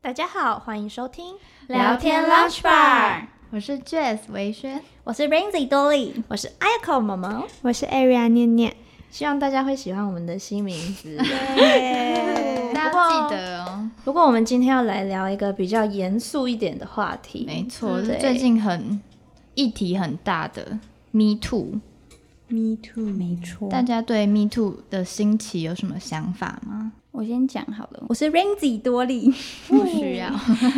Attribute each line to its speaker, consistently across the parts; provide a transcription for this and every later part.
Speaker 1: 大家好，欢迎收听
Speaker 2: 聊天 Lunch Bar，
Speaker 3: 我是 Jazz 维轩，
Speaker 1: 我是 Rainzy Dolly，我是 Ayako 毛毛，
Speaker 3: 我是 Aria 念念，
Speaker 1: 希望大家会喜欢我们的新名字。
Speaker 3: 大家记得哦。
Speaker 1: 不过我们今天要来聊一个比较严肃一点的话题，
Speaker 3: 没
Speaker 1: 嗯
Speaker 3: 错，是
Speaker 1: 对
Speaker 3: 最近很议题很大的 Me Too，
Speaker 2: Me too，没错
Speaker 3: 大家对 Me Too 的兴起有什么想法吗？
Speaker 2: 我先讲好了，
Speaker 1: 我是 Rainzy 多莉，
Speaker 3: 不需要，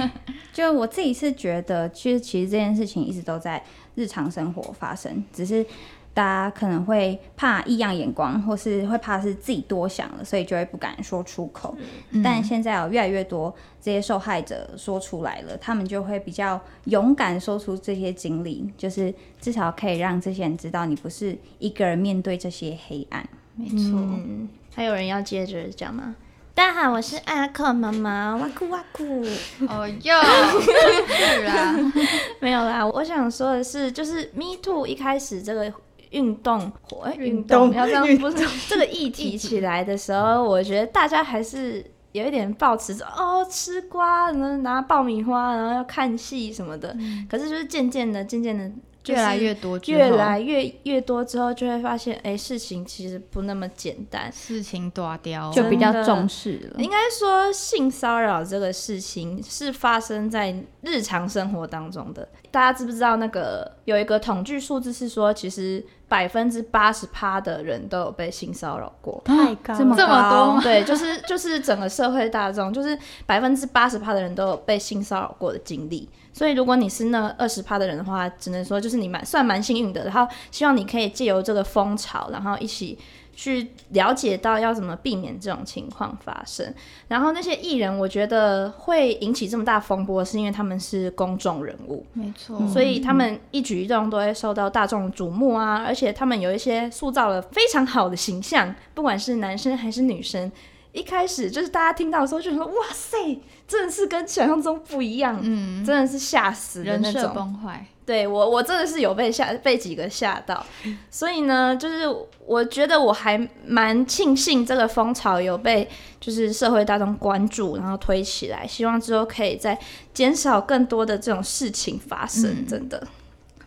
Speaker 2: 就我自己是觉得，其实其实这件事情一直都在日常生活发生，只是大家可能会怕异样眼光，或是会怕是自己多想了，所以就会不敢说出口。但现在有越来越多这些受害者说出来了，他们就会比较勇敢说出这些经历，就是至少可以让这些人知道，你不是一个人面对这些黑暗。
Speaker 3: 没错。
Speaker 1: 嗯，还有人要接着讲吗？大家好，我是 Ayako 妈妈，哇酷哇酷。
Speaker 3: 哦哟，是啊，
Speaker 1: 没有啦，我想说的是，就是 Me Too 一开始这个运动，哎运
Speaker 3: 运
Speaker 1: 动
Speaker 3: 动
Speaker 1: 要这样不是这个议题起来的时候，我觉得大家还是有一点抱持着哦吃瓜，然后拿爆米花，然后要看戏什么的。可是就是渐渐的，渐渐的、就是
Speaker 3: 嗯越来越多之后，
Speaker 1: 越来越越多之后，就会发现，哎，事情其实不那么简单。
Speaker 3: 事情大掉，
Speaker 2: 就比
Speaker 1: 真的
Speaker 2: 较重视了
Speaker 1: 应，该说，性骚扰这个事情是发生在日常生活当中的。大家知不知道那个有一个统计数字是说，其实百分之八十趴的人都有被性骚扰过。
Speaker 2: 太高这么
Speaker 3: 这么
Speaker 2: 高
Speaker 3: 多吗
Speaker 1: 对，就是就是整个社会大众，就是百分之八十趴的人都有被性骚扰过的经历。所以，如果你是那二十趴的人的话，只能说就是你蛮算蛮幸运的。然后，希望你可以借由这个风潮，然后一起去了解到要怎么避免这种情况发生。然后，那些艺人，我觉得会引起这么大风波，是因为他们是公众人物。
Speaker 3: 没错，
Speaker 1: 所以
Speaker 3: 嗯
Speaker 1: 他们一举一动都会受到大众瞩目啊，而且他们有一些塑造了非常好的形象，不管是男生还是女生。一开始就是大家听到的时候就说：“哇塞，真的是跟想象中不一样，
Speaker 3: 嗯，
Speaker 1: 真的是吓死的
Speaker 3: 人
Speaker 1: 那
Speaker 3: 设
Speaker 1: 种。
Speaker 3: 崩坏，
Speaker 1: 对我，我真的是有被吓，被几个吓到。所以呢，就是我觉得我还蛮庆幸这个风潮有被就是社会大众关注，然后推起来，希望之后可以再减少更多的这种事情发生。
Speaker 3: 嗯
Speaker 1: 真的，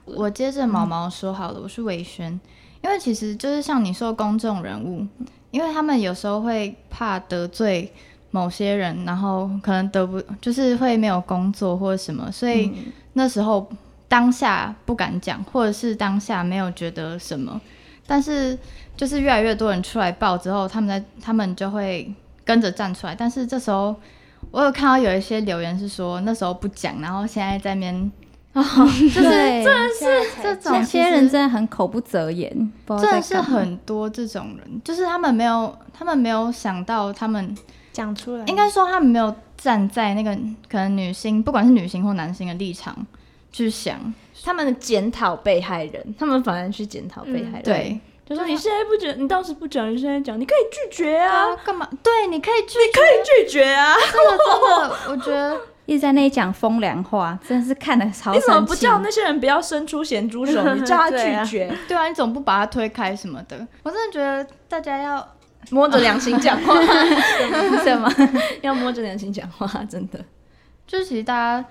Speaker 3: 我接着毛毛说好了，我是维轩，因为其实就是像你说的公众人物，因为他们有时候会怕得罪某些人，然后可能得不就是会没有工作或者什么，所以那时候当下不敢讲，或者是当下没有觉得什么，但是就是越来越多人出来报之后，他们在他们就会跟着站出来，但是这时候。我有看到有一些留言是说那时候不讲，然后现在在那边，就是
Speaker 2: 对
Speaker 3: 这种
Speaker 2: 这
Speaker 3: 其
Speaker 2: 些人
Speaker 3: 实
Speaker 2: 真的很口不择言，
Speaker 4: 哦
Speaker 2: 不知道
Speaker 3: 真
Speaker 2: 在
Speaker 3: 的是
Speaker 2: 干嘛
Speaker 3: 很多这种人，就是他们没有，他们没有想到，他们
Speaker 4: 讲出来，
Speaker 3: 应该说他们没有站在那个可能女性，不管是女性或男性的立场去想，
Speaker 1: 他们检讨被害人，他们反而去检讨被害人。，
Speaker 3: 对，
Speaker 1: 就说你现在不讲，你当时不讲，你现在讲，你可以拒绝啊，
Speaker 3: 啊，干嘛？对，你可以去，
Speaker 1: 可以拒绝啊，
Speaker 3: 真的真的，我觉得
Speaker 2: 一直在那里讲风凉话，真的是看得超
Speaker 1: 你怎么
Speaker 2: 生
Speaker 1: 不
Speaker 2: 气。
Speaker 1: 叫那些人不要伸出咸猪手，你叫他拒绝，
Speaker 3: 对啊，你总不把他推开什么的，我真的觉得大家要
Speaker 1: 摸着良心讲 话，什么要摸着良心讲话，真的。
Speaker 3: 就是其实大家，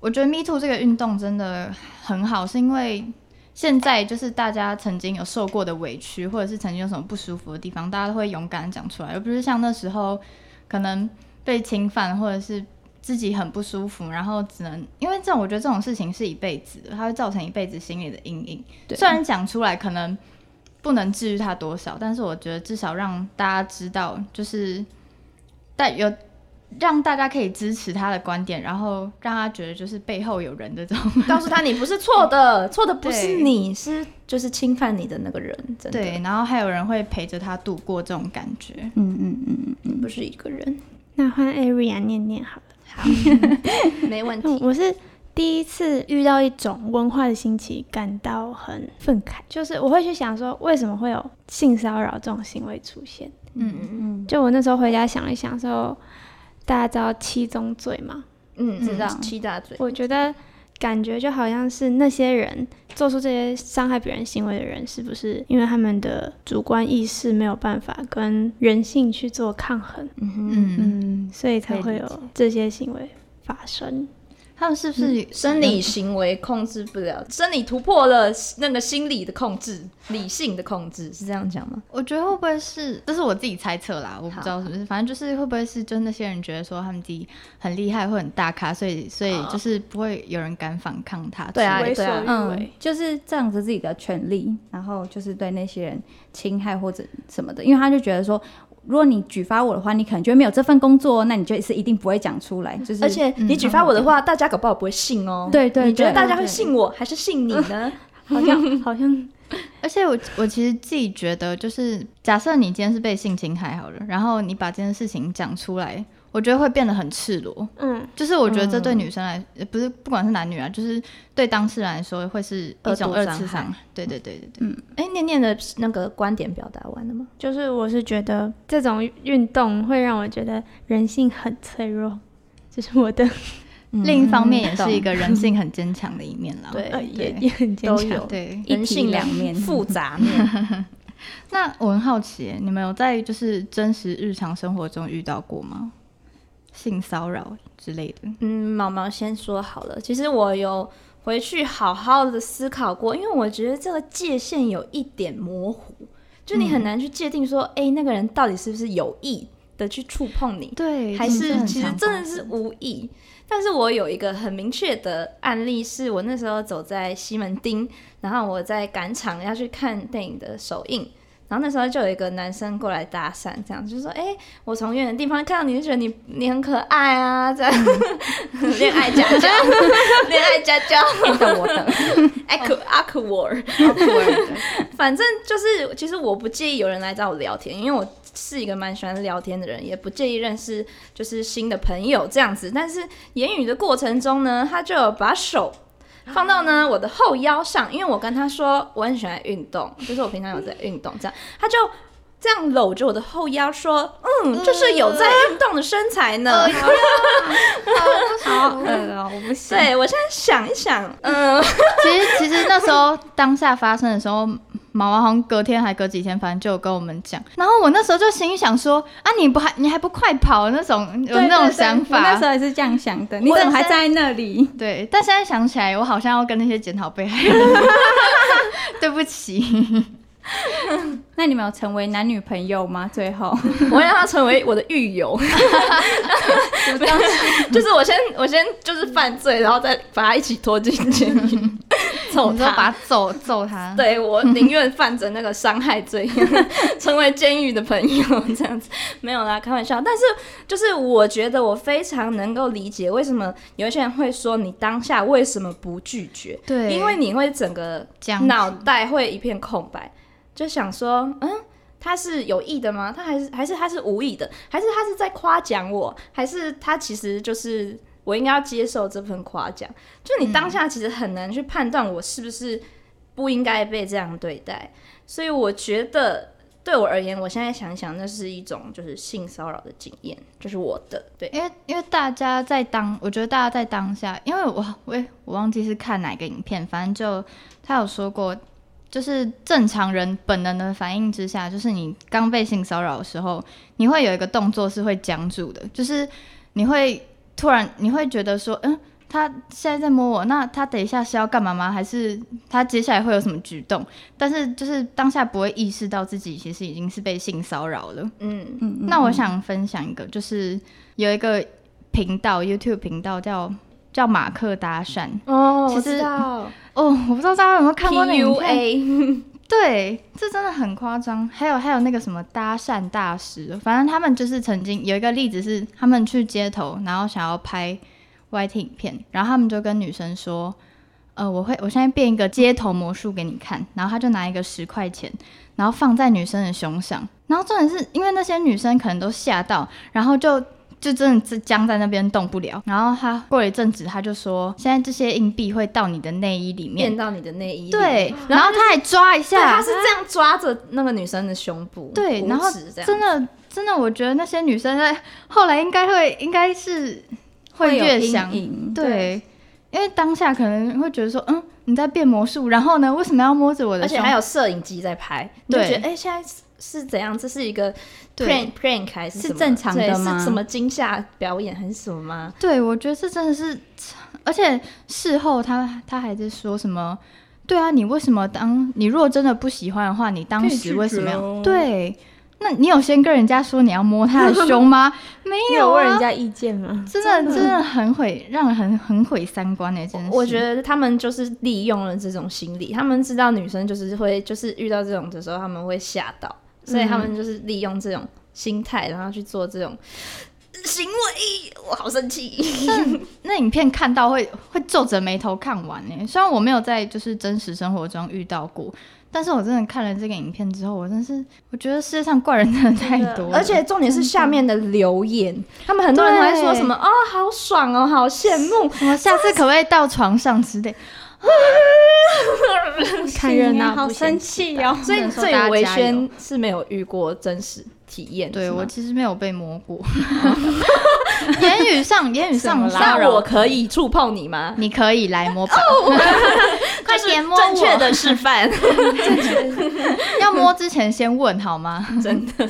Speaker 3: 我觉得 Me Too 这个运动真的很好，是因为现在就是大家曾经有受过的委屈，或者是曾经有什么不舒服的地方，大家都会勇敢地讲出来，而不是像那时候可能被侵犯，或者是自己很不舒服，然后只能因为这种，我觉得这种事情是一辈子的，它会造成一辈子心理的阴影。
Speaker 2: 对
Speaker 3: 虽然讲出来可能不能治愈它多少，但是我觉得至少让大家知道，就是但有让大家可以支持他的观点，然后让他觉得就是背后有人的这种。
Speaker 1: 告诉他你不是错的，错的不是
Speaker 3: 对
Speaker 1: 你，是就是侵犯你的那个人，真的
Speaker 3: 对，然后还有人会陪着他度过这种感觉。
Speaker 2: 嗯嗯嗯嗯，
Speaker 1: 不是一个人，
Speaker 4: 那换 Aria 念念好了。
Speaker 1: 没问
Speaker 4: 嗯
Speaker 1: 题。
Speaker 4: 我是第一次遇到一种文化的兴起，感到很愤慨，就是我会去想说，为什么会有性骚扰这种行为出现？
Speaker 3: 嗯，
Speaker 4: 就我那时候回家想一想说，大家知道七宗罪吗？
Speaker 1: 嗯，
Speaker 3: 知道
Speaker 1: 七大罪，
Speaker 4: 我觉得感觉就好像是那些人做出这些伤害别人行为的人，是不是因为他们的主观意识没有办法跟人性去做抗衡，
Speaker 1: 嗯哼，
Speaker 3: 嗯，
Speaker 4: 嗯，所以才
Speaker 3: 可以
Speaker 4: 会
Speaker 3: 理
Speaker 4: 有这些行为发生。
Speaker 3: 他们是不是
Speaker 1: 嗯生理行为控制不了，生理突破了那个心理的控制，理性的控制是这样讲吗？
Speaker 3: 我觉得会不会是，这是我自己猜测啦，我不
Speaker 1: 好
Speaker 3: 知道是不是，反正就是会不会是，就是那些人觉得说他们自己很厉害或很大咖，所以所以就是不会有人敢反抗他之
Speaker 1: 哦
Speaker 3: 类的。
Speaker 1: 对啊
Speaker 4: 为所
Speaker 1: 对啊
Speaker 4: 欲
Speaker 2: 嗯
Speaker 4: 为，，
Speaker 2: 就是仗着自己的权利，然后就是对那些人侵害或者什么的，因为他就觉得说，如果你举发我的话，你可能就没有这份工作哦，那你就是一定不会讲出来，就是
Speaker 1: 而且你举发我的话，大家搞不好不会信哦。
Speaker 2: 对对
Speaker 1: 嗯你觉得
Speaker 2: 对
Speaker 1: 大家会信我还是信你呢？
Speaker 2: 好像好 像
Speaker 3: 而且我我其实自己觉得，就是假设你今天是被性侵害好了，然后你把这件事情讲出来，我觉得会变得很赤裸。
Speaker 4: 嗯，
Speaker 3: 就是我觉得这对女生来，呃不是不管是男女啊，就是对当事人来说会是一种
Speaker 1: 二度伤
Speaker 3: 二
Speaker 1: 害
Speaker 3: 次伤害。对对对对对，
Speaker 1: 哎，念念的那个观点表达完了吗？
Speaker 4: 就是我是觉得这种运动会让我觉得人性很脆弱，这是我的
Speaker 3: 另一方面也是一个人性很坚强的一面啦。嗯
Speaker 1: 对
Speaker 4: 呃也
Speaker 3: 对
Speaker 4: 也很坚
Speaker 1: 都
Speaker 4: 强
Speaker 1: 有。
Speaker 3: 对，
Speaker 2: 一
Speaker 1: 人
Speaker 2: 体
Speaker 1: 性
Speaker 2: 两
Speaker 1: 两
Speaker 2: 面
Speaker 1: 复杂 面。
Speaker 3: 那我很好奇耶，你们有在就是真实日常生活中遇到过吗？性骚扰之类的？
Speaker 1: 嗯，毛毛先说好了。其实我有回去好好的思考过，因为我觉得这个界限有一点模糊，就你很难去界定说，哎、那个人到底是不是有意的去触碰你，
Speaker 3: 对
Speaker 1: 还是其实真的是无意。但是我有一个很明确的案例，是我那时候走在西门町，然后我在赶场要去看电影的首映，然后那时候就有一个男生过来搭讪，这样就说：“哎、我从远远的地方看到你，就觉得你你很可爱啊，这样 恋爱家教，恋爱家教，
Speaker 2: 的 我的，
Speaker 1: 阿可阿可我儿，反正就是，其实我不介意有人来找我聊天，因为我是一个蛮喜欢聊天的人，也不介意认识就是新的朋友这样子。但是言语的过程中呢，他就有把手放到呢我的后腰上，因为我跟他说我很喜欢运动，就是我平常有在运动，这样他就。这样搂着我的后腰说：“嗯，这是有在运动的身材呢。
Speaker 2: 好恶哦，我不行。
Speaker 1: 对我现在想一想，嗯，
Speaker 3: 其实其实那时候当下发生的时候，毛毛好像隔天还隔几天，反正就有跟我们讲。然后我那时候就心里想说，啊，你不还你还不快跑那种有
Speaker 2: 对
Speaker 3: 那种
Speaker 2: 对对
Speaker 3: 想
Speaker 2: 我那
Speaker 3: 法
Speaker 2: 时。候也是这样想的。你怎么还在那里？
Speaker 3: 对，但现在想起来，我好像要跟那些检讨被害人， 对不起。
Speaker 2: 那你们有成为男女朋友吗？最后
Speaker 1: 我要让他成为我的狱友。
Speaker 2: 我当时
Speaker 1: 就是我先我先就是犯罪，然后再把他一起拖进监 狱，揍
Speaker 3: 你说把
Speaker 1: 他。
Speaker 3: 他揍揍他，
Speaker 1: 对我宁愿犯着那个伤害罪，成为监狱的朋友这样子，没有啦，开玩笑。但是就是我觉得我非常能够理解为什么有一些人会说你当下为什么不拒绝，
Speaker 3: 对，
Speaker 1: 因为你会整个
Speaker 3: 讲
Speaker 1: 脑袋会一片空白，就想说，嗯，他是有意的吗？他还是还是他是无意的？还是他是在夸奖我？还是他其实就是我应该要接受这份夸奖？就你当下其实很难去判断我是不是不应该被这样对待，所以我觉得。对我而言，我现在想想，那是一种就是性骚扰的经验，就是我的对，
Speaker 3: 因为因为大家在当，我觉得大家在当下，因为我我也我忘记是看哪个影片，反正就他有说过，就是正常人本能的反应之下，就是你刚被性骚扰的时候，你会有一个动作是会僵住的，就是你会突然你会觉得说，嗯，他现在在摸我，那他等一下是要干嘛吗？还是他接下来会有什么举动？但是就是当下不会意识到自己其实已经是被性骚扰了。
Speaker 1: 嗯，
Speaker 3: 那我想分享一个，就是有一个频道 YouTube 频道叫叫马克搭讪。
Speaker 1: 哦
Speaker 3: 我知哦，我不知道大家有没有看过那个影片？
Speaker 1: PUA，
Speaker 3: 对，这真的很夸张。还有还有那个什么搭讪大师，反正他们就是曾经有一个例子是，他们去街头，然后想要拍 YT 影片，然后他们就跟女生说。呃，我会，我现在变一个街头魔术给你看，然后他就拿一个十块钱，然后放在女生的胸上，然后重点是因为那些女生可能都吓到，然后就就真的是僵在那边动不了，然后他过了一阵子，他就说，现在这些硬币会到你的内衣里面
Speaker 1: 变，到你的内衣里，
Speaker 3: 对，然后他还抓一
Speaker 1: 对，他
Speaker 3: 下
Speaker 1: 是，这样抓着那个女生的胸部，
Speaker 3: 对
Speaker 1: 五
Speaker 3: 然后
Speaker 1: 指这样
Speaker 3: 真的真的，我觉得那些女生在后来应该会应该是
Speaker 2: 会有
Speaker 3: 越
Speaker 2: 阴
Speaker 3: 想，
Speaker 2: 影，
Speaker 3: 对，因为当下可能会觉得说，嗯，你在变魔术，然后呢，为什么要摸着我的
Speaker 1: 而
Speaker 3: 胸？
Speaker 1: 且还有摄影机在拍，你就
Speaker 3: 对
Speaker 1: 觉得哎、现在是是怎样？这是一个
Speaker 3: 对
Speaker 1: prank prank 还是
Speaker 2: 是
Speaker 1: 什么
Speaker 2: 正常的
Speaker 1: 对
Speaker 2: 吗
Speaker 1: 是什么惊吓表演还是什么吗？
Speaker 3: 对，我觉得这真的是，而且事后他他还在说什么？对啊，你为什么当你如果真的不喜欢的话，你当时为什么要、
Speaker 1: 哦
Speaker 3: 对？那你有先跟人家说你要摸他的 胸吗？没
Speaker 4: 你
Speaker 3: 有
Speaker 4: 有问
Speaker 3: 啊
Speaker 4: 人，家意见吗？
Speaker 3: 真的真的很毁，让人很很毁三观哎、真的是。
Speaker 1: 我觉得他们就是利用了这种心理，他们知道女生就是会就是遇到这种的时候他们会吓到，所以他
Speaker 3: 嗯
Speaker 1: 们就是利用这种心态，然后去做这种行为，我好生气。
Speaker 3: 那影片看到会会皱着眉头看完呢、虽然我没有在就是真实生活中遇到过，但是我真的看了这个影片之后，我真是我觉得世界上怪人真的太多了，
Speaker 1: 而且重点是下面的留言，他们很多人都在说什么哦，好爽哦，好羡慕，
Speaker 3: 什么下次可不可以到床上之 类？
Speaker 4: 看热
Speaker 1: 行啊
Speaker 4: 闹，
Speaker 1: 好
Speaker 4: 不嫌
Speaker 1: 生
Speaker 4: 气哦。
Speaker 1: 所以
Speaker 3: 能说
Speaker 1: 所以
Speaker 3: 大家
Speaker 1: 维
Speaker 3: 加
Speaker 1: 轩是没有遇过真实体验，
Speaker 3: 对
Speaker 1: 是吗
Speaker 3: 我其实没有被摸过， 言语上言语上骚
Speaker 1: 啊那我
Speaker 3: 扰，
Speaker 1: 可哦以触碰你吗？
Speaker 3: 你可以来摸吧， 快点摸我，
Speaker 1: 正确的示范，
Speaker 3: 要摸之前先问好吗？真的，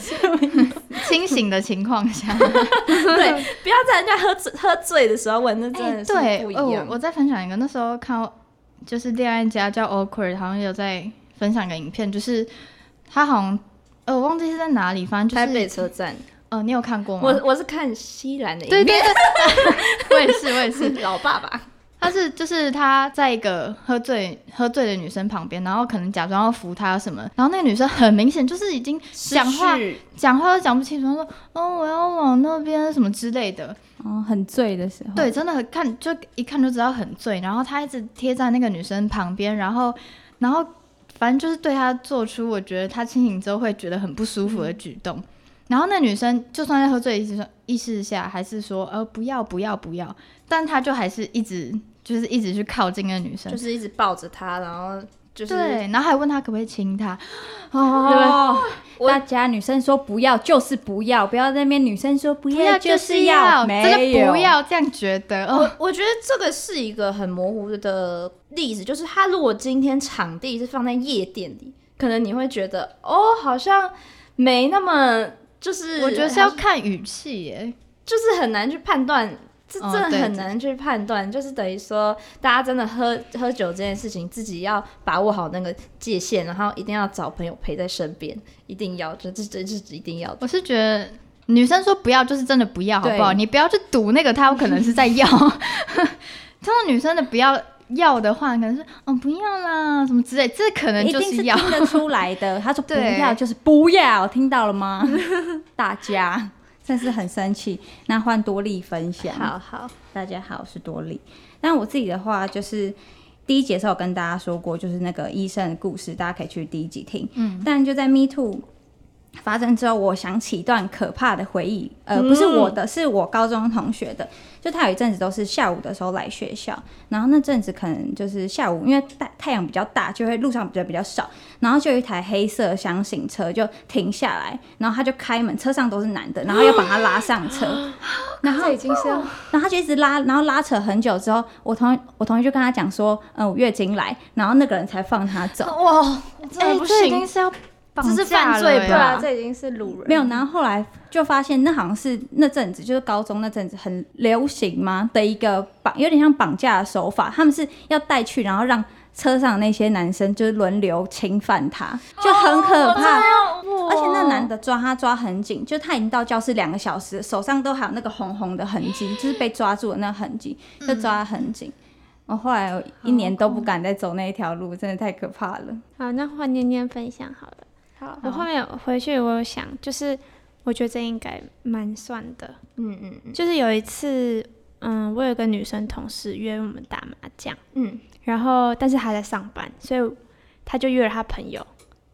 Speaker 3: 清醒的情况下。
Speaker 1: 对，不要在人家喝醉喝醉的时候闻，那真
Speaker 3: 哎，
Speaker 1: 的是
Speaker 3: 对，
Speaker 1: 不一
Speaker 3: 哦
Speaker 1: 样。
Speaker 3: 我我再分享一个，那时候看到就是恋爱家叫 Awkward，好像有在分享一个影片，就是他好像呃我忘记是在哪里，反正
Speaker 1: 台
Speaker 3: 就
Speaker 1: 北
Speaker 3: 是
Speaker 1: 车站，
Speaker 3: 呃你有看过吗？
Speaker 1: 我我是看西兰的
Speaker 3: 对
Speaker 1: 影
Speaker 3: 对
Speaker 1: 片，
Speaker 3: 对，我也是我也是，
Speaker 1: 老爸爸，
Speaker 3: 他是就是他在一个喝醉喝醉的女生旁边，然后可能假装要扶她什么，然后那个女生很明显就是已经讲话
Speaker 1: 失去
Speaker 3: 讲话都讲不清楚，她说哦我要往那边什么之类的，
Speaker 2: 哦，很醉的时候，
Speaker 3: 对，真的很看就一看就知道很醉，然后他一直贴在那个女生旁边，然后然后反正就是对她做出我觉得她清醒之后会觉得很不舒服的举动。然后那女生就算在喝醉意识意识下，还是说呃不要不要不要，但她就还是一直就是一直去靠近那女生，
Speaker 1: 就是一直抱着他，然后就是
Speaker 3: 对，然后还问她可不可以亲她，
Speaker 2: 哦，
Speaker 1: 我
Speaker 2: 大家女生说不要就是不要，不要在那边女生说不
Speaker 3: 不要
Speaker 2: 就
Speaker 3: 就是
Speaker 2: 要，
Speaker 3: 要，
Speaker 2: 没
Speaker 3: 真的
Speaker 2: 有
Speaker 3: 不要这样觉得哦。
Speaker 1: 我我觉得这个是一个很模糊的例子，就是他如果今天场地是放在夜店里，可能你会觉得哦，好像没那么就是，
Speaker 3: 我觉得是要看语气耶，
Speaker 1: 就是很难去判断。这
Speaker 3: 哦
Speaker 1: 真的
Speaker 3: 对
Speaker 1: 很难去判断，就是等于说，大家真的喝喝酒这件事情，自己要把握好那个界限，然后一定要找朋友陪在身边，一定要，这这这这一定要的。
Speaker 3: 我是觉得女生说不要就是真的不要，好不好？
Speaker 1: 对
Speaker 3: 你不要去赌那个，她有可能是在要。 通常女生的不要要的话，可能是嗯不要啦什么之类，这可能
Speaker 2: 一
Speaker 3: 就
Speaker 2: 定是
Speaker 3: 要。
Speaker 2: 听得出来的。他说不
Speaker 3: 对
Speaker 2: 要就是不要，听到了吗？大家真是很生气。那换多利分享，
Speaker 1: 好好，
Speaker 2: 大家好，我是多莉。那我自己的话，就是第一节是有跟大家说过，就是那个医生的故事，大家可以去第一集听。嗯，但就在 Me Too 发生之后，我想起一段可怕的回忆，呃，不是我的，是我高中同学的。就他有一阵子都是下午的时候来学校，然后那阵子可能就是下午，因为太太阳比较大，就会路上比较比较少，然后就有一台黑色箱型车就停下来，然后他就开门，车上都是男的，然后要把他拉上车，然后
Speaker 4: 这已经是要
Speaker 2: 然后他就一直拉，然后拉扯很久之后，我同我同学就跟他讲说，嗯，我月经来，然后那个人才放他走，
Speaker 1: 哇，真的不
Speaker 3: 这一
Speaker 1: 行，
Speaker 3: 定哎是要绑
Speaker 1: 这是
Speaker 3: 架
Speaker 1: 犯罪
Speaker 3: 了
Speaker 1: 吧
Speaker 4: 对啊，
Speaker 3: 耶
Speaker 4: 这已经是路
Speaker 3: 嗯
Speaker 4: 人
Speaker 2: 没有。然后后来就发现，那好像是那阵子就是高中那阵子很流行嘛的一个绑，有点像绑架的手法，他们是要带去，然后让车上那些男生就是轮流侵犯他，就很哦可怕。哦而且那男的抓他抓很紧，就他已经到教室两个小时，手上都还有那个红红的痕迹，就是被抓住的那个痕迹，就抓得很紧。我嗯哦后来有一年都不敢再走那一条路，真的太可怕了。
Speaker 4: 好，那换念念分享好了。好，我后面回去我有想，就是我觉得这应该蛮算的。
Speaker 1: 嗯嗯嗯
Speaker 4: 就是有一次，嗯，我有个女生同事约我们打麻将，
Speaker 1: 嗯，
Speaker 4: 然后但是她在上班，所以她就约了她朋友，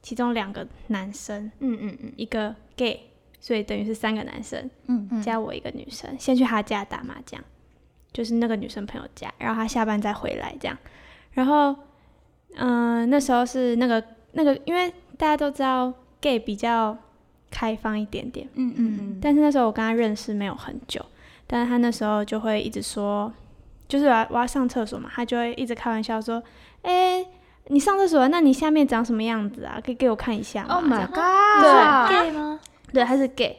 Speaker 4: 其中两个男生，
Speaker 1: 嗯嗯嗯，
Speaker 4: 一个 gay，所以等于是三个男生，
Speaker 2: 嗯
Speaker 3: 嗯
Speaker 4: 加我一个女生，先去她家打麻将，就是那个女生朋友家，然后她下班再回来这样，然后，嗯、那时候是那个那个，因为大家都知道 gay 比较开放一点点，
Speaker 2: 嗯嗯嗯，
Speaker 4: 但是那时候我跟他认识没有很久，但是他那时候就会一直说就是我要我要上厕所嘛，他就会一直开玩笑说：“哎、你上厕所了，那你下面长什么样子啊？可以给我看一下吗
Speaker 1: Oh
Speaker 4: 这
Speaker 1: my
Speaker 4: 样
Speaker 1: god！
Speaker 3: gay 吗？
Speaker 4: 对，他是 gay，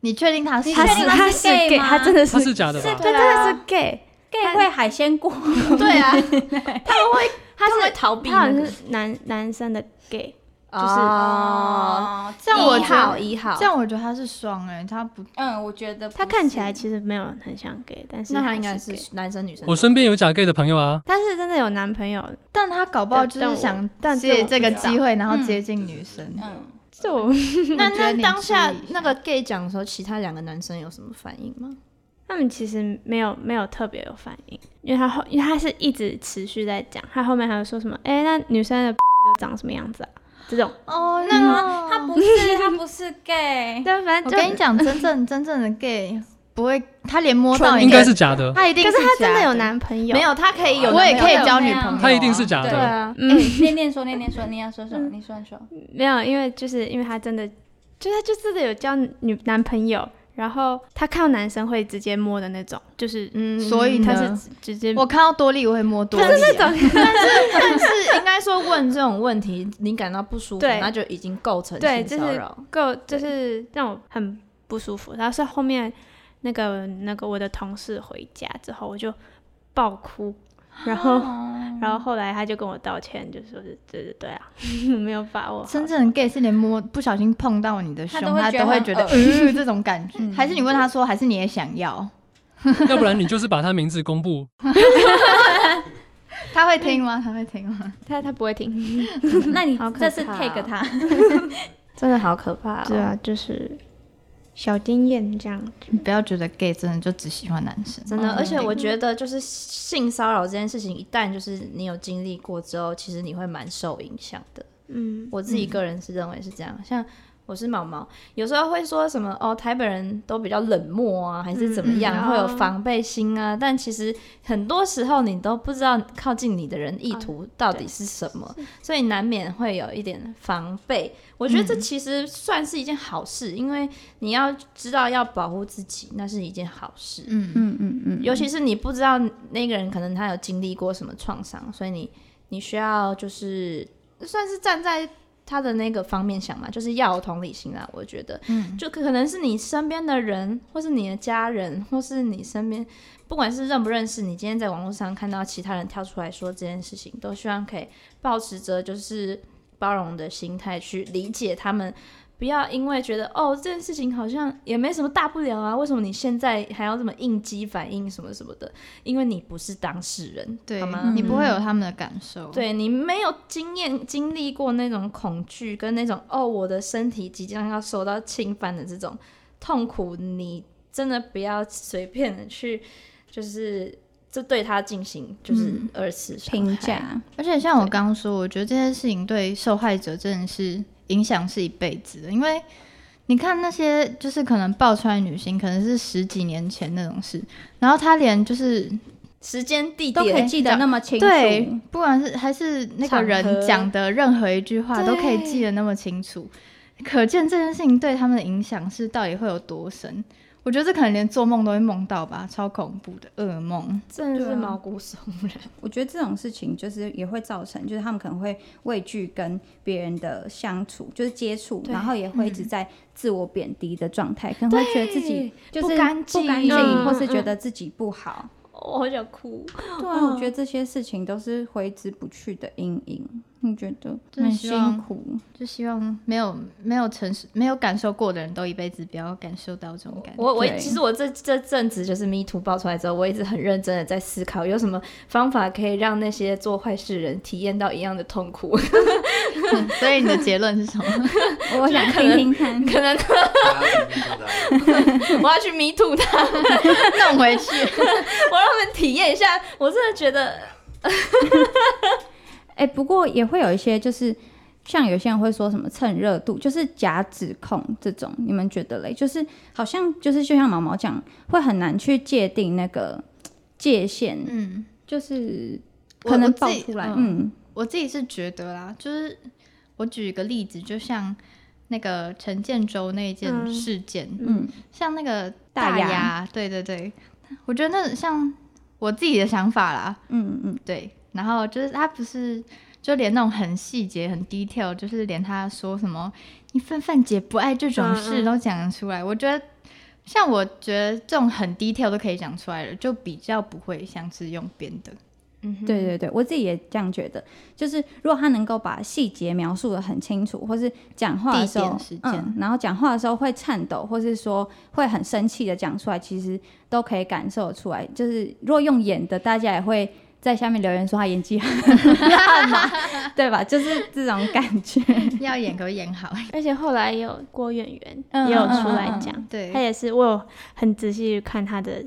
Speaker 3: 你确定他是？
Speaker 2: 他
Speaker 4: 是
Speaker 2: 是
Speaker 4: 他
Speaker 2: gay
Speaker 4: gay，
Speaker 2: 吗
Speaker 4: 他真的
Speaker 5: 他是
Speaker 4: 是，
Speaker 5: 假的吧？
Speaker 4: 他真的是 gay，
Speaker 2: gay 会海鲜锅，
Speaker 1: 对啊，他们会，他们会逃避
Speaker 4: 他好
Speaker 1: 那个，
Speaker 4: 像是男男生的 gay，
Speaker 1: 就是哦，
Speaker 2: 这样我
Speaker 1: 一
Speaker 2: 觉得
Speaker 1: 号一号，
Speaker 3: 这样我觉得他是双哎、他不
Speaker 2: 嗯，我觉得不
Speaker 4: 他看起来
Speaker 2: 是
Speaker 4: 其实没有很像 gay，但是
Speaker 1: 那他
Speaker 4: 还
Speaker 1: 应该是
Speaker 4: gay
Speaker 1: 男生女生。
Speaker 5: 我身边有假 gay 的朋友啊，
Speaker 4: 但是真的有男朋友，
Speaker 3: 但他搞不好就
Speaker 4: 但
Speaker 3: 是想
Speaker 4: 但我
Speaker 3: 借
Speaker 4: 但
Speaker 3: 这个
Speaker 4: 这我不知道
Speaker 3: 机会，然后接近女生。
Speaker 2: 嗯，
Speaker 4: 这我
Speaker 1: 那
Speaker 3: 我觉
Speaker 1: 那
Speaker 3: 得你
Speaker 1: 当下
Speaker 3: 注意一下
Speaker 1: 那个 gay 讲的时候，其他两个男生有什么反应吗？
Speaker 4: 他们其实没有没有特别有反应，因为他后因为他是一直持续在讲，他后面还有说什么，哎、那女生的 都长什么样子啊？这种，
Speaker 3: 哦，
Speaker 2: 那
Speaker 3: 那
Speaker 2: 他他不是他不是 gay，
Speaker 4: 但反
Speaker 3: 我
Speaker 4: 正就
Speaker 3: 跟你讲，真 正真正的 gay 不会，他连摸到你
Speaker 5: 应该是假的，
Speaker 3: 他一定
Speaker 4: 可是他
Speaker 3: 假
Speaker 4: 真的有男朋友，
Speaker 3: 没有，他可以有，
Speaker 2: 我
Speaker 3: 我
Speaker 2: 也
Speaker 3: 也
Speaker 2: 可
Speaker 3: 可
Speaker 2: 以
Speaker 3: 以
Speaker 2: 交
Speaker 3: 交
Speaker 2: 女
Speaker 3: 女
Speaker 2: 朋友
Speaker 3: 朋友，啊
Speaker 5: 他一定是假
Speaker 1: 对
Speaker 5: 的。
Speaker 1: 啊，
Speaker 4: 嗯，
Speaker 2: 哎念念说念念说，你要说什么？你说你说，
Speaker 4: 没有，因为就是因为他真的，就他就真的有交女男朋友，然后他看到男生会直接摸的那种，就是
Speaker 1: 嗯，
Speaker 3: 所以
Speaker 4: 他
Speaker 3: 呢
Speaker 4: 是直直接，
Speaker 3: 我看到多利我会摸多
Speaker 4: 他
Speaker 3: 利啊，
Speaker 4: 是那种，
Speaker 1: 但是应该说问这种问题，你感到不舒服，
Speaker 4: 对
Speaker 1: 那就已经构成
Speaker 4: 对，
Speaker 1: 性
Speaker 4: 就
Speaker 1: 骚
Speaker 4: 是
Speaker 1: 扰。
Speaker 4: 够，就是让我很不舒服。然后是后面那个那个我的同事回家之后，我就爆哭，然后、 然后后来他就跟我道歉，就说是对对对啊， 没有把握好。
Speaker 3: 真正的 gay 是连摸不小心碰到你的胸，
Speaker 2: 他都会
Speaker 3: 他
Speaker 2: 觉得
Speaker 3: 都会觉得
Speaker 2: 很
Speaker 3: 嗯这种感觉，还是你问他说，还是你也想要？
Speaker 5: 要不然你就是把他名字公布，
Speaker 3: 他会听吗？他会听吗？
Speaker 4: 他他不会 听，
Speaker 2: 那你
Speaker 4: 好可
Speaker 2: 这次
Speaker 4: 怕
Speaker 2: take 他，
Speaker 1: 真的好可怕哦
Speaker 4: 对啊，就是小经验这样。
Speaker 3: 你不要觉得 gay 真的就只喜欢男生，
Speaker 1: 真的，而且我觉得就是性骚扰这件事情，一旦就是你有经历过之后，其实你会蛮受影响的。
Speaker 4: 嗯，
Speaker 1: 我自己个人是认为是这样，像我是毛毛，有时候会说什么哦，台北人都比较冷漠啊，还是怎么样，
Speaker 4: 嗯嗯
Speaker 1: 会有
Speaker 4: 哦
Speaker 1: 防备心啊。但其实很多时候你都不知道靠近你的人意
Speaker 4: 啊
Speaker 1: 图到底是什么，所以难免会有一点防备。我觉得这
Speaker 4: 嗯
Speaker 1: 其实算是一件好事，因为你要知道要保护自己，那是一件好事。
Speaker 3: 嗯，
Speaker 2: 嗯嗯嗯
Speaker 1: 尤其是你不知道那个人可能他有经历过什么创伤，所以你你需要就是算是站在他的那个方面想嘛，就是要有同理心啦。我觉得，嗯，就可可能是你身边的人，或是你的家人，或是你身边，不管是认不认识，你今天在网络上看到其他人跳出来说这件事情，都希望可以保持着就是包容的心态去理解他们。不要因为觉得哦这件事情好像也没什么大不了啊，为什么你现在还要这么应激反应什么什么的？因为你不是当事人，
Speaker 3: 对嗯
Speaker 1: 好吗？，
Speaker 3: 你不会有他们的感受，，
Speaker 1: 对你没有经验经历过那种恐惧跟那种哦我的身体即将要受到侵犯的这种痛苦，你真的不要随便的去就是这对他进行就是
Speaker 2: 嗯
Speaker 1: 二次伤害
Speaker 2: 评，价，
Speaker 3: 而且像我刚刚说，我觉得这件事情对受害者真的是影响是一辈子的，因为你看那些就是可能爆出来的女星，可能是十几年前那种事，然后她连就是
Speaker 1: 时间地
Speaker 2: 都可以
Speaker 1: 点
Speaker 2: 记得那么清楚，
Speaker 3: 对，不管是还是那个
Speaker 1: 场
Speaker 3: 人
Speaker 1: 合
Speaker 3: 讲的任何一句话，
Speaker 1: 对
Speaker 3: 都可以记得那么清楚，可见这件事情对他们的影响是到底会有多深。我觉得这可能连做梦都会梦到吧，超恐怖的噩梦。
Speaker 1: 真的
Speaker 2: 对
Speaker 1: 是
Speaker 2: 啊
Speaker 1: 毛骨悚 然。
Speaker 2: 我觉得这种事情就是也会造成，就是他们可能会畏惧跟别人的相处，就是接触，
Speaker 1: 对
Speaker 2: 然后也会一直在自我贬低的状态，可能会觉得自己就是
Speaker 1: 不干净
Speaker 2: 不干净，
Speaker 4: 嗯
Speaker 2: 或是觉得自己不好。
Speaker 1: 我好想哭，
Speaker 2: 对啊，我觉得这些事情都是挥之不去的阴影。你觉得
Speaker 3: 真
Speaker 2: 蛮
Speaker 3: 希望
Speaker 2: 辛苦，
Speaker 3: 就希望没有没有承受、没有感受过的人都一辈子不要感受到这种感觉。
Speaker 1: 我我
Speaker 2: 对
Speaker 1: 其实我这这阵子就是 Me Too 爆出来之后，我一直很认真的在思考，有什么方法可以让那些做坏事的人体验到一样的痛苦。
Speaker 3: 所以你的结论是 什么？
Speaker 2: 我 想听听看。
Speaker 1: 可能
Speaker 6: 大家是民主党
Speaker 1: 我要去 Me Too 他，
Speaker 3: 弄回去。
Speaker 1: 我让他们体验一下。我真的觉得，
Speaker 2: 哎、不过也会有一些，就是像有些人会说什么趁热度，就是假指控这种，你们觉得嘞？就是好像就是就像毛毛讲，会很难去界定那个界限，
Speaker 3: 嗯，
Speaker 2: 就是
Speaker 3: 我
Speaker 2: 可能
Speaker 3: 我自
Speaker 2: 爆
Speaker 3: 己
Speaker 2: 出来，
Speaker 3: 嗯
Speaker 2: 嗯，
Speaker 3: 我自己是觉得啦，就是我举一个例子，就像那个陈建州那一件
Speaker 4: 嗯
Speaker 3: 事件，
Speaker 2: 嗯
Speaker 3: 像那个
Speaker 2: 大
Speaker 3: 大
Speaker 2: 牙
Speaker 3: 牙，对对对，我觉得那像我自己的想法啦，
Speaker 2: 嗯嗯，
Speaker 3: 对，然后就是他不是就连那种很细节、很 detail，就是连他说什么“你范范姐不爱这种
Speaker 4: 嗯
Speaker 3: 事”
Speaker 4: 嗯
Speaker 3: 都讲得出来。我觉得，像我觉得这种很 detail 都可以讲出来了，就比较不会像是用编的。
Speaker 1: 嗯哼，
Speaker 2: 对对对，我自己也这样觉得。就是如果他能够把细节描述的很清楚，或是讲话的时
Speaker 3: 地
Speaker 2: 候
Speaker 3: 点时，间
Speaker 2: 嗯，然后讲话的时候会颤抖，或是说会很生气的讲出来，其实都可以感受得出来。就是如果用演的，大家也会在下面留言说他演技很烂 嘛，对吧？就是这种感觉。
Speaker 3: 要演可以演好，
Speaker 4: 而且后来也有郭演员
Speaker 2: 嗯
Speaker 4: 也有
Speaker 2: 嗯嗯
Speaker 4: 出来
Speaker 2: 嗯
Speaker 4: 讲，他
Speaker 3: 对，
Speaker 4: 也是我有很仔细地看他的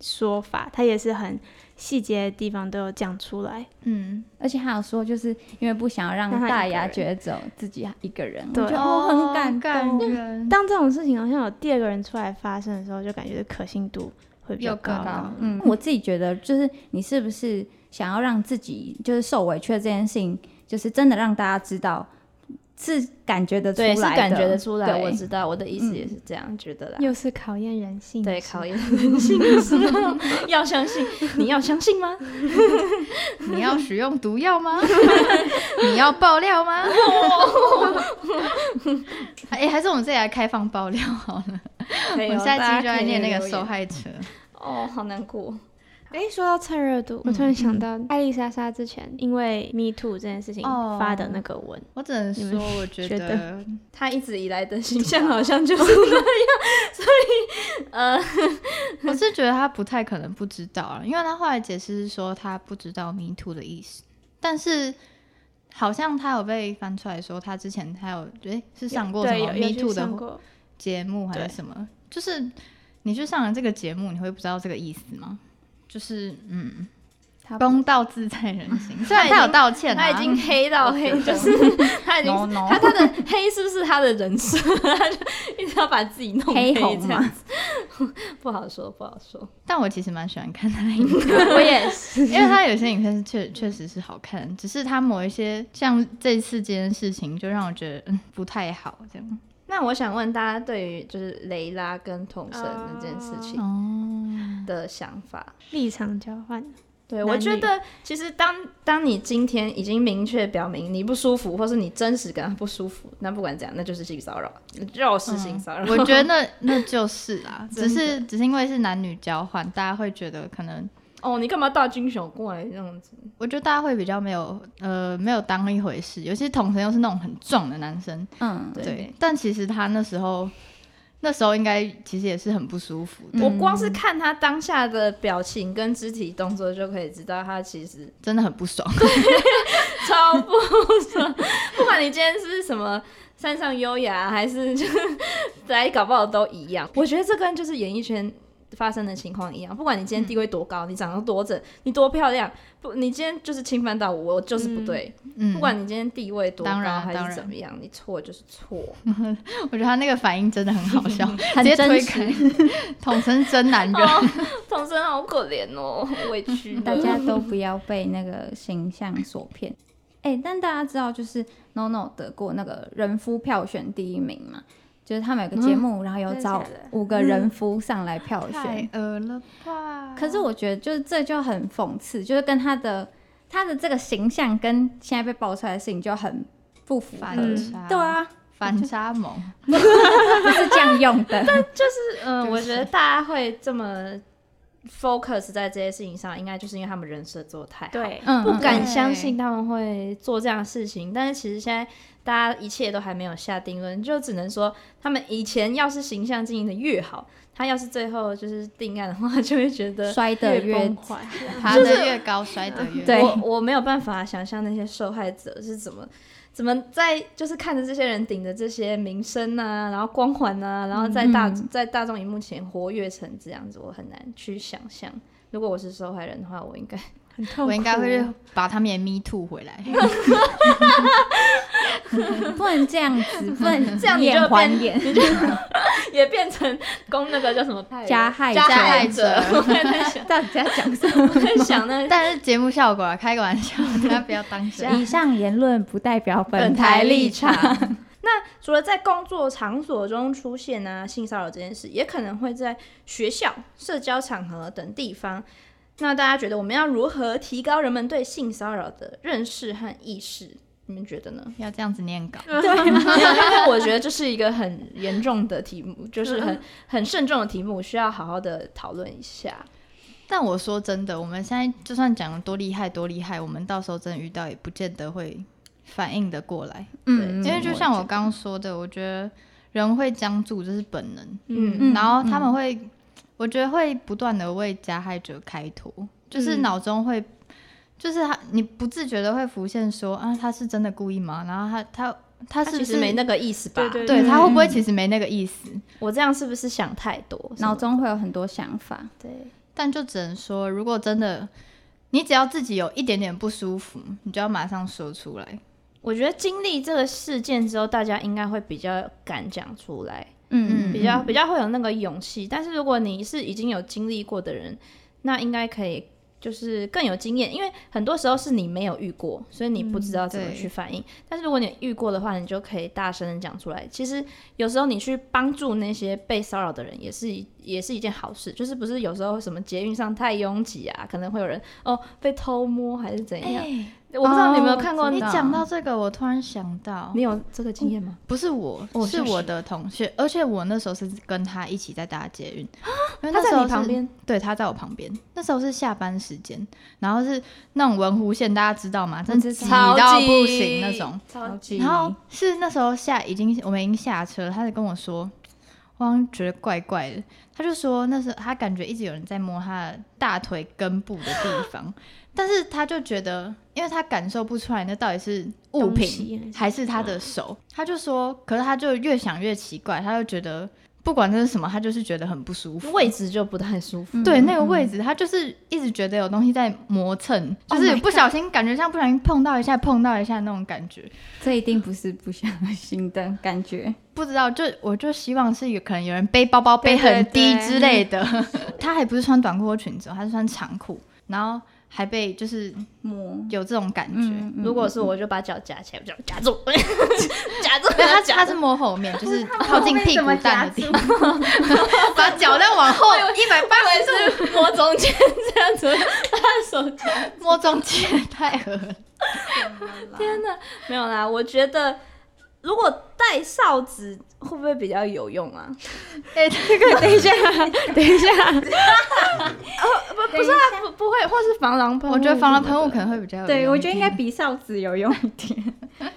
Speaker 4: 说法，他也是很细节的地方都有讲出来。
Speaker 3: 嗯，
Speaker 2: 而且还有说，就是因为不想要 让
Speaker 4: 让他一
Speaker 2: 大
Speaker 4: 个
Speaker 2: 牙
Speaker 4: 人
Speaker 2: 觉得只有自己一个人，
Speaker 4: 对
Speaker 2: 我觉得哦很感
Speaker 3: 感
Speaker 2: 动。
Speaker 3: 人，
Speaker 4: 当这种事情好像有第二个人出来发生的时候，就感觉可信度会比较
Speaker 3: 又更
Speaker 4: 高。
Speaker 3: 高，
Speaker 2: 嗯，我自己觉得就是你是不是想要让自己就是受委屈的这件事情，就是真的让大家知道，是感觉得出来
Speaker 1: 对，
Speaker 2: 的，
Speaker 1: 是感觉得出来。嗯
Speaker 2: 对
Speaker 1: 我知道我的意思
Speaker 2: 嗯
Speaker 1: 也是这样觉得啦。
Speaker 4: 又是考验人性，
Speaker 1: 对，考验人 性的时候要相信，你要相信 吗？
Speaker 3: 你要使用毒药吗？ 你要爆 料吗？哎、还是我们自己来开放爆料好了。
Speaker 1: 可以
Speaker 3: 我
Speaker 1: 哦
Speaker 3: 们下
Speaker 1: 大家
Speaker 3: 期就来
Speaker 1: 可以
Speaker 3: 念那个
Speaker 1: 留言
Speaker 3: 受害者，
Speaker 1: 哦，好难过。
Speaker 4: 哎，说到蹭热度，我突然想到艾丽莎莎之前因为 Me Too 这件事情
Speaker 3: 哦
Speaker 4: 发的那个文，
Speaker 3: 我只能
Speaker 4: 你们
Speaker 3: 说，我觉
Speaker 4: 觉
Speaker 3: 得
Speaker 4: 得
Speaker 1: 他一直以来的形 象好像就是那 样，所以呃，
Speaker 3: 我是觉得他不太可能不知道啊了，因为他后来解释是说他不知道 “me too” 的意思，但是好像他有被翻出来说，他之前他有诶、是上过什
Speaker 4: 对
Speaker 3: 么
Speaker 4: 有有
Speaker 3: “me
Speaker 4: 去
Speaker 3: too”
Speaker 4: 上
Speaker 3: 的
Speaker 4: 过
Speaker 3: 节目还
Speaker 4: 对
Speaker 3: 是什么？就是你去上了这个节目，你会不知道这个意思吗？就是嗯，
Speaker 2: 他
Speaker 3: 公道自在人心，虽然他有道歉、啊，
Speaker 1: 他已经黑到 黑，就是他已经
Speaker 2: No, no
Speaker 1: 他他的黑是不是他的人设？ 他就一直要把自己弄
Speaker 2: 黑
Speaker 1: 这
Speaker 2: 红
Speaker 1: 样
Speaker 2: 嘛
Speaker 1: 子， 不好说，不好说。
Speaker 3: 但我其实蛮喜欢看他的影片
Speaker 1: 我也 是，
Speaker 3: 因为他有些影片是确确实是好看，只是他某一些像这次这件事情，就让我觉得嗯不太好这样。
Speaker 1: 那我想问大家对于就是雷拉跟童神那件事情
Speaker 3: 哦，
Speaker 1: 的想法。
Speaker 4: 立场交换，
Speaker 1: 对，
Speaker 4: 男
Speaker 1: 我觉
Speaker 4: 女
Speaker 1: 得其实当当你今天已经明确表明你不舒服，或是你真实感到不舒服，那不管怎样，那就是性骚扰，就是性骚扰。
Speaker 3: 嗯我觉得那那就是啦，只
Speaker 1: 真的
Speaker 3: 是只是因为是男女交换，大家会觉得可能， 呃
Speaker 1: 哦，你干嘛大惊小怪这样子？
Speaker 3: 我觉得大家会比较没有呃没有当一回事，尤其统神又是那种很壮的男生，
Speaker 2: 嗯，
Speaker 3: 对，但其实他那时候那时候应该其实也是很不舒服的，
Speaker 1: 我光是看他当下的表情跟肢体动作就可以知道，他其实
Speaker 3: 真的很 不爽。
Speaker 1: 超不爽。不管你今天是什么山上优雅，还是 就是来搞不好都一样。我觉得这跟就是演艺圈发生的情况一样，不管你今
Speaker 3: 嗯
Speaker 1: 天地位多高，你长得多正，你多漂亮，不，你今天就是侵犯到我，我就是不对。
Speaker 3: 嗯，
Speaker 1: 不管你今天地位多
Speaker 3: 当
Speaker 1: 高
Speaker 3: 然
Speaker 1: 还
Speaker 3: 当
Speaker 1: 是
Speaker 3: 然
Speaker 1: 怎么样，你错就是 错。
Speaker 3: 我觉得他那个反应真的很好笑， 直
Speaker 2: 很
Speaker 3: 接
Speaker 2: 真
Speaker 3: 推
Speaker 2: 实
Speaker 3: 开， 统神真男人。
Speaker 1: 哦，童生好可怜哦，很委屈的。
Speaker 2: 大家都不要被那个形象所骗。哎、但大家知道，就是 No No 得过那个人夫票选第一名嘛？就是他们有个节目，然后有
Speaker 4: 真的
Speaker 2: 找
Speaker 4: 假的
Speaker 2: 五个人夫上来票选，
Speaker 3: 太恶了吧！
Speaker 2: 可是我觉得，就是这就很讽刺，就是跟他的他的这个形象跟现在被爆出来的事情就很不符合。
Speaker 3: 反
Speaker 4: 嗯
Speaker 3: 差，
Speaker 2: 对，啊，
Speaker 3: 反差萌，
Speaker 2: 不是这样用的。
Speaker 1: 就是嗯、
Speaker 3: 对不
Speaker 1: 我
Speaker 3: 起
Speaker 1: 觉得大家会这么 focus 在这些事情上，应该就是因为他们人设做得太好，，
Speaker 4: 对，
Speaker 2: 嗯，
Speaker 1: 不
Speaker 2: 嗯
Speaker 1: 敢相信他们会做这样的事情。但是其实现在大家一切都还没有下定论，就只能说他们以前要是形象经营的越好，他要是最后就是定案的话，就会觉 得。
Speaker 2: 摔得越
Speaker 4: 崩坏，
Speaker 3: 爬得越高，摔得越
Speaker 2: 对
Speaker 1: 我我没有办法想象那些受害者是怎么怎么在就是看着这些人顶着这些名声啊，然后光环啊，然后在大、
Speaker 2: 嗯
Speaker 1: 在大众荧幕前活跃成这样子，我很难去想象。如果我是受害人的话，我应该
Speaker 4: 很痛苦。
Speaker 3: 我应该会把他们也 me too 回来。
Speaker 2: 不能这样子，不能
Speaker 1: 这样你就
Speaker 2: 眼还
Speaker 1: 变
Speaker 2: 眼。
Speaker 1: 也变成攻那个叫什么派人
Speaker 2: 加害
Speaker 1: 加害
Speaker 3: 者
Speaker 1: 者。我还在想，
Speaker 2: 到底在讲什么？
Speaker 1: 我在想那
Speaker 3: 但是节目效果啊，开个玩笑，大家不要当真。
Speaker 2: 以上言论不代表本
Speaker 1: 台
Speaker 2: 台
Speaker 1: 立
Speaker 2: 立
Speaker 1: 场
Speaker 2: 场。
Speaker 1: 除了在工作场所中出现啊性骚扰这件事，也可能会在学校、社交场合等地方那大家觉得我们要如何提高人们对性骚扰的认识和意识？你们觉得呢？
Speaker 3: 要这样子念稿，
Speaker 1: 对，因为我觉得这是一个很严重的题目，就是
Speaker 3: 嗯
Speaker 1: 很很慎重的题目，需要好好的讨论一下。
Speaker 3: 但我说真的，我们现在就算讲得多厉害多厉害，我们到时候真的遇到也不见得会反应得过来，
Speaker 2: 嗯，
Speaker 3: 因为就像我刚刚说的，我觉得人会僵住，这是本能，
Speaker 1: 嗯
Speaker 2: 嗯
Speaker 3: 然后他们会，我觉得会不断的为加害者开脱，就是
Speaker 4: 嗯
Speaker 3: 脑中会，就是他你不自觉的会浮现说啊，他是真的故意吗？然后他他他
Speaker 1: 他
Speaker 3: 是
Speaker 1: 其
Speaker 3: 不
Speaker 1: 实
Speaker 3: 是
Speaker 1: 没那个意思吧？
Speaker 4: 对对
Speaker 3: 对他会不会
Speaker 2: 嗯
Speaker 3: 其实没那个意思？
Speaker 1: 我这样是不是想太多？
Speaker 2: 脑中会有很多想法，
Speaker 1: 对，
Speaker 3: 但就只能说，如果真的你只要自己有一点点不舒服，你就要马上说出来。
Speaker 1: 我觉得经历这个事件之后，大家应该会比较敢讲出来，
Speaker 2: 嗯，
Speaker 1: 比较比较会有那个勇气。但是如果你是已经有经历过的人，那应该可以就是更有经验，因为很多时候是你没有遇过，所以你不知道怎么
Speaker 3: 嗯对
Speaker 1: 去反应。但是如果你遇过的话，你就可以大声的讲出来。其实有时候你去帮助那些被骚扰的人，也是一也是一件好事。就是不是有时候什么捷运上太拥挤啊，可能会有人哦被偷摸还是怎样。我不知道你有
Speaker 2: 哦
Speaker 1: 没有看过
Speaker 3: 哎哦你
Speaker 1: 那、
Speaker 2: 啊
Speaker 3: 讲到这个，我突然想到
Speaker 1: 你，有这个经验吗？
Speaker 3: 不是我，
Speaker 1: 哦
Speaker 3: 是
Speaker 1: 就是
Speaker 3: 我的同学，而且我那时候是跟他一起在搭捷运，因
Speaker 1: 啊他
Speaker 3: 为嗯那时
Speaker 1: 在
Speaker 3: 候
Speaker 1: 你旁
Speaker 3: 是，
Speaker 1: 边，
Speaker 3: 对，他在我旁边。那时候是下班时间，然后是那种文湖线，大家知道吗？真的
Speaker 1: 知
Speaker 3: 挤
Speaker 1: 道
Speaker 3: 到不行那种。
Speaker 1: 超级
Speaker 3: 然后是那时候下已经我们已经下车，他就跟我说，我好像觉得怪怪的。他就说那时候他感觉一直有人在摸他的大腿根部的地 方，但是他就觉得，因为他感受不出来那到底是物
Speaker 4: 东
Speaker 3: 品
Speaker 4: 西
Speaker 3: 还是他的手，他就说，可是他就越想越奇怪，他就觉得不管这是什么，他就是觉得很不舒服。
Speaker 1: 位置就不太舒服。
Speaker 3: 对那个位置，他就是一直觉得有东西在磨蹭，就是不小心感觉像不小心碰到一下，碰到一下那种感觉。
Speaker 2: 这一定不是不小心的感觉，
Speaker 3: 不知道，就我就希望是有可能有人背包包背
Speaker 4: 对对
Speaker 3: 很低
Speaker 4: 对
Speaker 3: 之类的。 他还不是穿短裤或裙子哦，他是穿长裤，然后还被就是
Speaker 2: 摸，
Speaker 3: 有这种感觉。
Speaker 2: 嗯，嗯
Speaker 1: 如果是我就把脚夹起来，我就夹住， 夹住
Speaker 3: 没有
Speaker 1: 他
Speaker 3: 他他
Speaker 1: 夹
Speaker 3: 是
Speaker 1: 住。
Speaker 3: 摸后面，就是靠近屁股蛋的地方，
Speaker 2: 方，
Speaker 3: 把脚再往后一百八十
Speaker 1: 是摸中间这样子，他的手夹。
Speaker 3: 度摸中间，太恶了。
Speaker 1: 天哪，没有啦，我觉得如果戴哨子会不会比较有用啊？
Speaker 3: 哎、这个
Speaker 4: 等一下，等 一下，
Speaker 1: 不，不是啊，不不会，或是防狼喷雾
Speaker 3: 我
Speaker 1: 什么的。
Speaker 3: 觉得防狼喷雾可能会比较有用。
Speaker 2: 对，我觉得应该比哨子有用一点。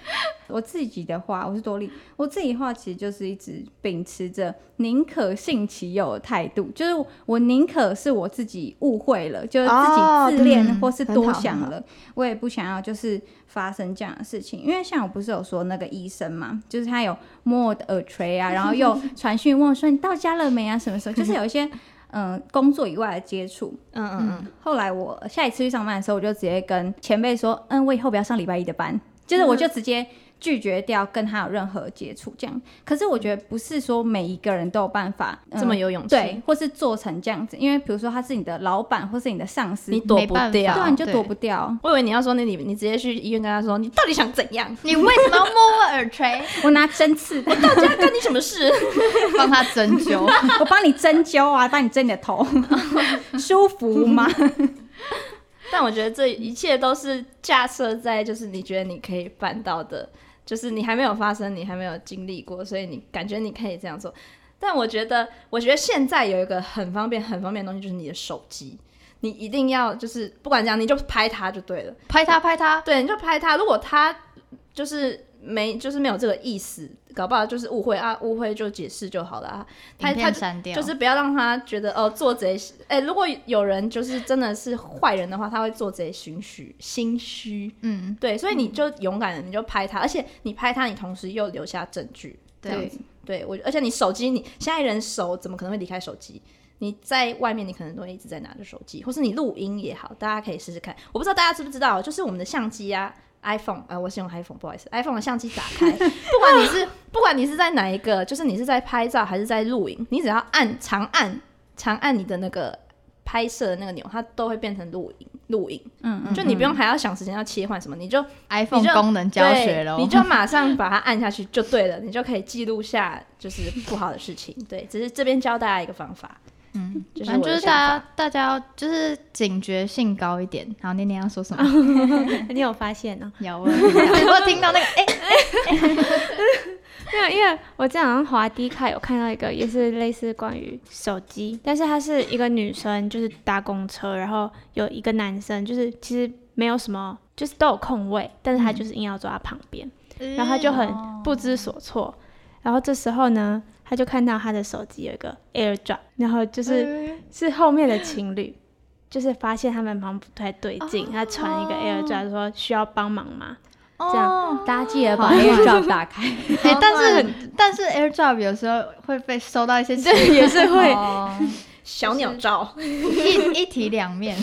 Speaker 2: 我自己的话，我是多利，我自己的话其实就是一直秉持着宁可信其有的态度，就是我宁可是我自己误会了，就是
Speaker 1: 哦
Speaker 2: 自己自恋
Speaker 3: 嗯
Speaker 2: 或是
Speaker 1: 很
Speaker 2: 多
Speaker 1: 好
Speaker 2: 想
Speaker 1: 很好
Speaker 2: 了，我也不想要就是发生这样的事情。因为像我不是有说那个医生嘛，就是他有摸我的耳垂啊，然后又传讯问我说你到家了没啊，什么时候，就是有一些嗯、呃工作以外的接触，
Speaker 1: 嗯嗯
Speaker 2: 后来我下一次去上班的时候，我就直接跟前辈说，嗯，我以后不要上礼拜一的班，就是
Speaker 1: 嗯
Speaker 2: 我就直接拒绝掉跟他有任何接触这样。可是我觉得不是说每一个人都有办法、
Speaker 1: 嗯，
Speaker 2: 嗯
Speaker 1: 这么有勇气，
Speaker 2: 对，或是做成这样子，因为比如说他是你的老板或是你的上司，
Speaker 1: 你躲
Speaker 3: 没
Speaker 1: 不
Speaker 3: 办法
Speaker 1: 掉
Speaker 2: 对啊，你就
Speaker 3: 对
Speaker 2: 躲不掉。
Speaker 1: 我以为你要说你你你直接去医院跟他说，你到底想怎样？
Speaker 3: 你为什么要摸我耳 垂？
Speaker 2: 我拿针刺，
Speaker 1: 到底要干你什么事？
Speaker 3: 帮他针 灸。
Speaker 2: 我帮你针灸啊，帮你针你的头， 舒服吗？
Speaker 1: 但我觉得这一切都是架设在就是你觉得你可以办到的，就是你还没有发生，你还没有经历过，所以你感觉你可以这样做。但我觉得，我觉得现在有一个很方便、很方便的东西，就是你的手机。你一定要就是不管怎样，你就拍它就对了。
Speaker 3: 拍他拍他，
Speaker 1: 对，你就拍它。如果它就是没就是没有这个意思，搞不好就是误会啊，误会就解释就好了啊。他
Speaker 3: 影
Speaker 1: 他
Speaker 3: 片删掉，
Speaker 1: 就是不要让他觉得哦做贼是，哎、如果有人就是真的是坏人的话，他会做贼心虚，心虚。
Speaker 3: 嗯，
Speaker 1: 对，所以你就勇敢的，你就拍他，而且你拍他，你同时又留下证据。
Speaker 3: 对，
Speaker 1: 对我，而且你手机，你现在人手怎么可能会离开手机？你在外面，你可能都一直在拿着手机，或是你录音也好，大家可以试试看。我不知道大家知不知道，就是我们的相机啊，iPhone，呃，我是用 iPhone，不好意思，iPhone 的相机打开， 不管你是不管你是在哪一个，就是你是在拍照还是在录影，你只要按长按长按你的那个拍摄的那个钮，它都会变成录影录影，
Speaker 2: 嗯嗯，
Speaker 1: 就你不用还要想时间要切换什么，你就
Speaker 3: iPhone
Speaker 1: 你就
Speaker 3: 功能教学
Speaker 1: 对
Speaker 3: 喽。
Speaker 1: 你就马 上把它按下去就对了，你就可以记录下就是不好的事情。对，只是这边教大家一个方法，
Speaker 3: 嗯，
Speaker 1: 这是
Speaker 3: 反正
Speaker 1: 我
Speaker 3: 就
Speaker 1: 的
Speaker 3: 是大家大家要就是警觉性高一点。好，念念要说什么？
Speaker 4: 你有发现哦呢、
Speaker 3: 有我有听到我有听到那个哎，
Speaker 4: 没有，因为我之前好像滑 D 卡有看到一个，也是类似关于手机，但是她是一个女生，就是搭公车，然后有一个男生，就是其实没有什么，就是都有空位，但是他就是硬要坐他旁边，
Speaker 3: 嗯
Speaker 4: 然后他就
Speaker 3: 哦
Speaker 4: 很不知所措。然后这时候呢，他就看到他的手机有一个 AirDrop，然后就是、
Speaker 3: 嗯
Speaker 4: 是后面的情侣，就是发现他们好像不太对劲，他传一个 AirDrop 说需要帮忙吗？
Speaker 3: 这
Speaker 4: 这样
Speaker 2: 大家记得把
Speaker 1: 哦
Speaker 2: AirDrop 打开。
Speaker 3: 哎，但是很但是 AirDrop 有时候会被收到一些
Speaker 4: 这也是会
Speaker 3: 哦
Speaker 1: 小鸟 照，
Speaker 3: 一一体两面，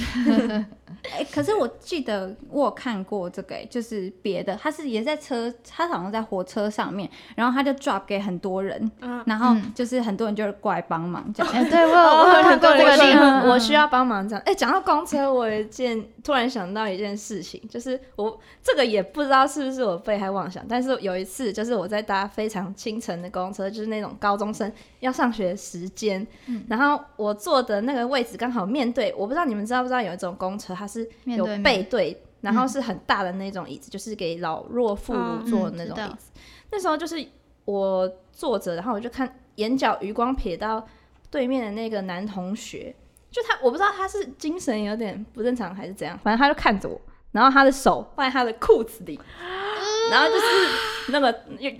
Speaker 2: 哎、可是我记得我有看过这个、哎就是别的，他是也在车，他好像在火车上面，然后他就 drop 给很多人，
Speaker 4: 嗯
Speaker 2: 然后
Speaker 3: 嗯
Speaker 2: 就是很多人就过来帮忙这样。
Speaker 3: 哎，对我有我嗯有 看过这
Speaker 1: 我
Speaker 3: 个
Speaker 1: 需
Speaker 3: 例子，
Speaker 1: 要我需要帮忙这样。哎、讲到公车，我有一件突然想到一件事情，就是我这个也不知道是不是我被害妄想，但是有一次就是我在搭非常清晨的公车，就是那种高中生要上学时间，
Speaker 3: 嗯
Speaker 1: 然后我坐的那个位置刚好面对，我不知道你们知道不知道有一种公车它是
Speaker 3: 面
Speaker 1: 有
Speaker 3: 对 面
Speaker 1: 背对，然后是很大的那种椅子，就是给老弱妇孺坐的那种
Speaker 3: 嗯嗯知
Speaker 1: 椅
Speaker 3: 道
Speaker 1: 子。那时候就是我坐着，然后我就看眼角余光瞥到对面的那个男同学，就他我不知道他是精神有点不正常还是怎样，反正他就看着我，然后他的手放在他的裤子里。然后就是那个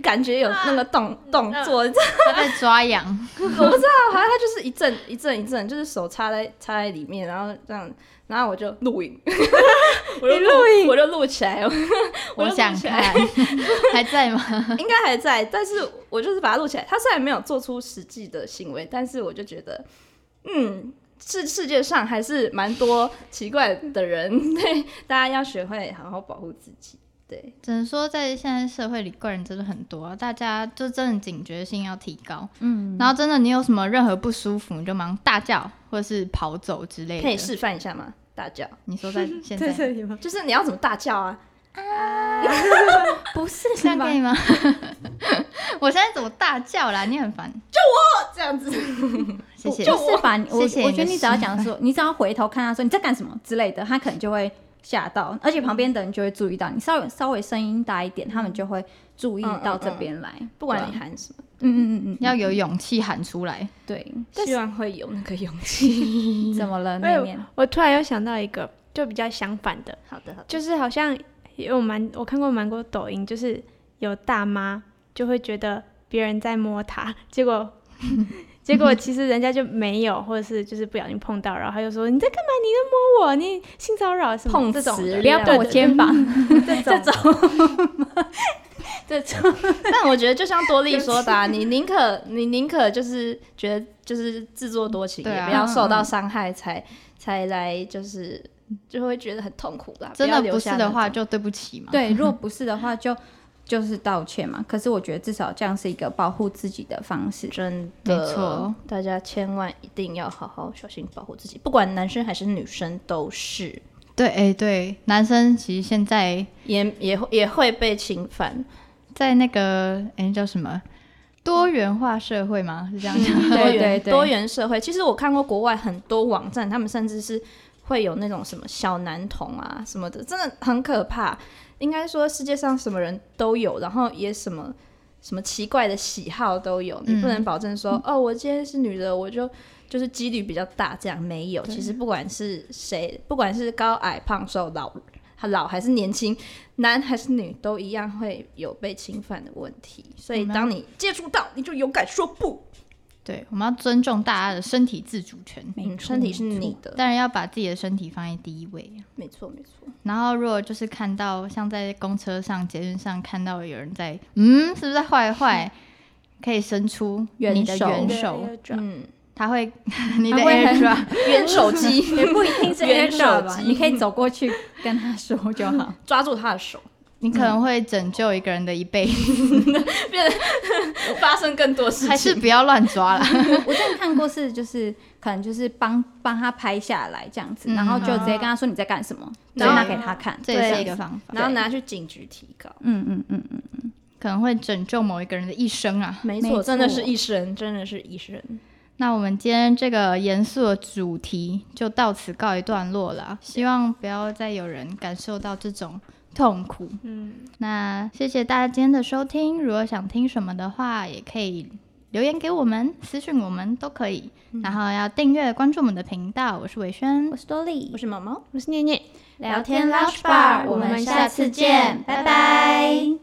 Speaker 1: 感觉有那个动动作，
Speaker 3: 他被抓痒。
Speaker 1: 好像他就是一阵一阵一阵，就是手插在插在里面，然后这样，然后我就录 影，我就录影，我就录起来，我
Speaker 3: 我
Speaker 1: 就录
Speaker 3: 想
Speaker 1: 起
Speaker 3: 看
Speaker 1: 来，，
Speaker 3: 还在吗？
Speaker 1: 应该还在，但是我就是把它录起来。他虽然没有做出实际的行为，但是我就觉得，嗯，世世界上还是蛮多奇怪的人，对，大家要学会好好保护自己。对，
Speaker 3: 只能说在现在社会里，怪人真的很多、啊，大家就真的警觉性要提高。嗯，然后真的你有什么任何不舒服，你就忙大叫或者是跑走之类的。
Speaker 1: 可以示范一下吗？大叫，
Speaker 3: 你说在现在这
Speaker 4: 里吗？
Speaker 1: 就是你要怎么大叫啊？
Speaker 2: 不是
Speaker 3: 样可以吗？ 我现在怎么大叫啦？你很烦，
Speaker 1: 这样子，
Speaker 3: 谢谢。
Speaker 2: 就不是吧？我
Speaker 3: 谢谢你的
Speaker 2: 我觉得你只要
Speaker 3: 示范
Speaker 2: 讲说，你只要回头看他说你在干什么之类的，他可能就会吓到，而且旁边的人就会注意到你稍微稍微声音大一点，他们就会注意到这边来。啊
Speaker 1: 不管你喊什么，
Speaker 2: 嗯嗯嗯嗯，
Speaker 3: 要有勇气喊出来。
Speaker 2: 对，
Speaker 1: 希望会有那个勇 气。
Speaker 2: 怎么了
Speaker 4: 哎
Speaker 2: 那
Speaker 4: 呦
Speaker 2: 面？
Speaker 4: 我突然又想到一个，就比较相反的，
Speaker 1: 好的，好的。
Speaker 4: 就是好像有蛮我看过蛮多抖音，就是有大妈就会觉得别人在摸她， 结果结果其实人家就没有，或者是就是不小心碰到，然后她就说你在干嘛？你在摸我，你性骚扰什么
Speaker 1: 碰
Speaker 4: 这种
Speaker 1: 瓷
Speaker 4: 的
Speaker 2: 不要碰
Speaker 1: 对
Speaker 2: 我
Speaker 1: 对对
Speaker 2: 肩膀， 这种
Speaker 1: 但我觉得就像多利说 的、啊，你宁可你宁可就是觉得就是自作多情，
Speaker 3: 对
Speaker 1: 也
Speaker 3: 啊
Speaker 1: 不要受到伤害才，才来就是就会觉得很痛苦啦。
Speaker 3: 真
Speaker 1: 啊要
Speaker 3: 的
Speaker 1: 留
Speaker 3: 不是
Speaker 1: 下
Speaker 3: 的
Speaker 1: 那
Speaker 3: 话，
Speaker 1: 种
Speaker 3: 就对不起嘛。，
Speaker 2: 对，如果不是的话就，就是道歉嘛。可是我觉得至少这样是一个保护自己的方式。
Speaker 1: 真
Speaker 3: 没
Speaker 1: 的
Speaker 3: 错，
Speaker 1: 大家千万一定要好好小心保护自己，不管男生还是女生都是，
Speaker 3: 对，哎、对，男生其实现在
Speaker 1: 也也会也会被侵犯。
Speaker 3: 在那个哎、叫什么多元化社会吗？是这样讲。
Speaker 1: 多元
Speaker 2: 对对对
Speaker 1: 多元社会。其实我看过国外很多网站，他们甚至是会有那种什么小男童啊什么的，真的很可怕。应该说世界上什么人都有，然后也什么什么奇怪的喜好都有，你不
Speaker 2: 嗯
Speaker 1: 能保证说、哦，我今天是女的，我就就是几率比较大，这样没有。其实不管是谁，不管是高矮胖瘦老。老还是年轻，男还是女，都一样会有被侵犯的问题。所以，
Speaker 3: 嗯
Speaker 1: 当你接触到，你就勇敢说不。
Speaker 3: 对，我们要尊重大家的身体自主权。
Speaker 1: 嗯，身体是你的，
Speaker 3: 当然要把自己的身体放在第一位。
Speaker 1: 没错没错。
Speaker 3: 然后，如果就是看到像在公车上、捷运上看到有人在，嗯，是不是在坏坏？可以伸出
Speaker 2: 援
Speaker 3: 你的
Speaker 2: 手
Speaker 3: 援
Speaker 2: 对
Speaker 3: 手，
Speaker 1: 嗯，
Speaker 3: 他会 你的啊
Speaker 2: 他会
Speaker 3: a
Speaker 2: 很
Speaker 3: i r
Speaker 1: 援手 机
Speaker 2: 也不一 定是 a
Speaker 1: 援
Speaker 2: i
Speaker 1: 手
Speaker 2: r 吧，
Speaker 1: 机
Speaker 2: 你可以走过去跟他说就 好。
Speaker 1: 抓住他的手，
Speaker 3: 你可能会拯救一个人的一辈子，
Speaker 1: 发生更多
Speaker 2: 嗯
Speaker 1: 事
Speaker 3: 还是不要乱抓了。
Speaker 2: 我之前看过是就是可能就是帮帮他拍下来这样子，
Speaker 3: 嗯
Speaker 2: 然后就直接跟他说你在干什么，
Speaker 1: 对
Speaker 2: 就拿给他看。
Speaker 3: 这也是一个方法，
Speaker 1: 然后拿去警局提告。
Speaker 2: 嗯嗯嗯嗯，
Speaker 3: 可能会拯救某一个人的一生啊。
Speaker 1: 没
Speaker 2: 错
Speaker 1: 真的是一生，真的是一生。
Speaker 3: 那我们今天这个严肃的主题就到此告一段落了，希望不要再有人感受到这种痛苦。
Speaker 4: 嗯，
Speaker 3: 那谢谢大家今天的收听，如果想听什么的话，也可以留言给我们、私讯我们都可以。然后要订阅、关注我们的频道。我是伟轩
Speaker 2: 我，是多莉
Speaker 1: 我，是毛毛。
Speaker 4: 我是念念。
Speaker 1: 聊天 Lounge Bar，
Speaker 4: 我们下次见
Speaker 2: 拜拜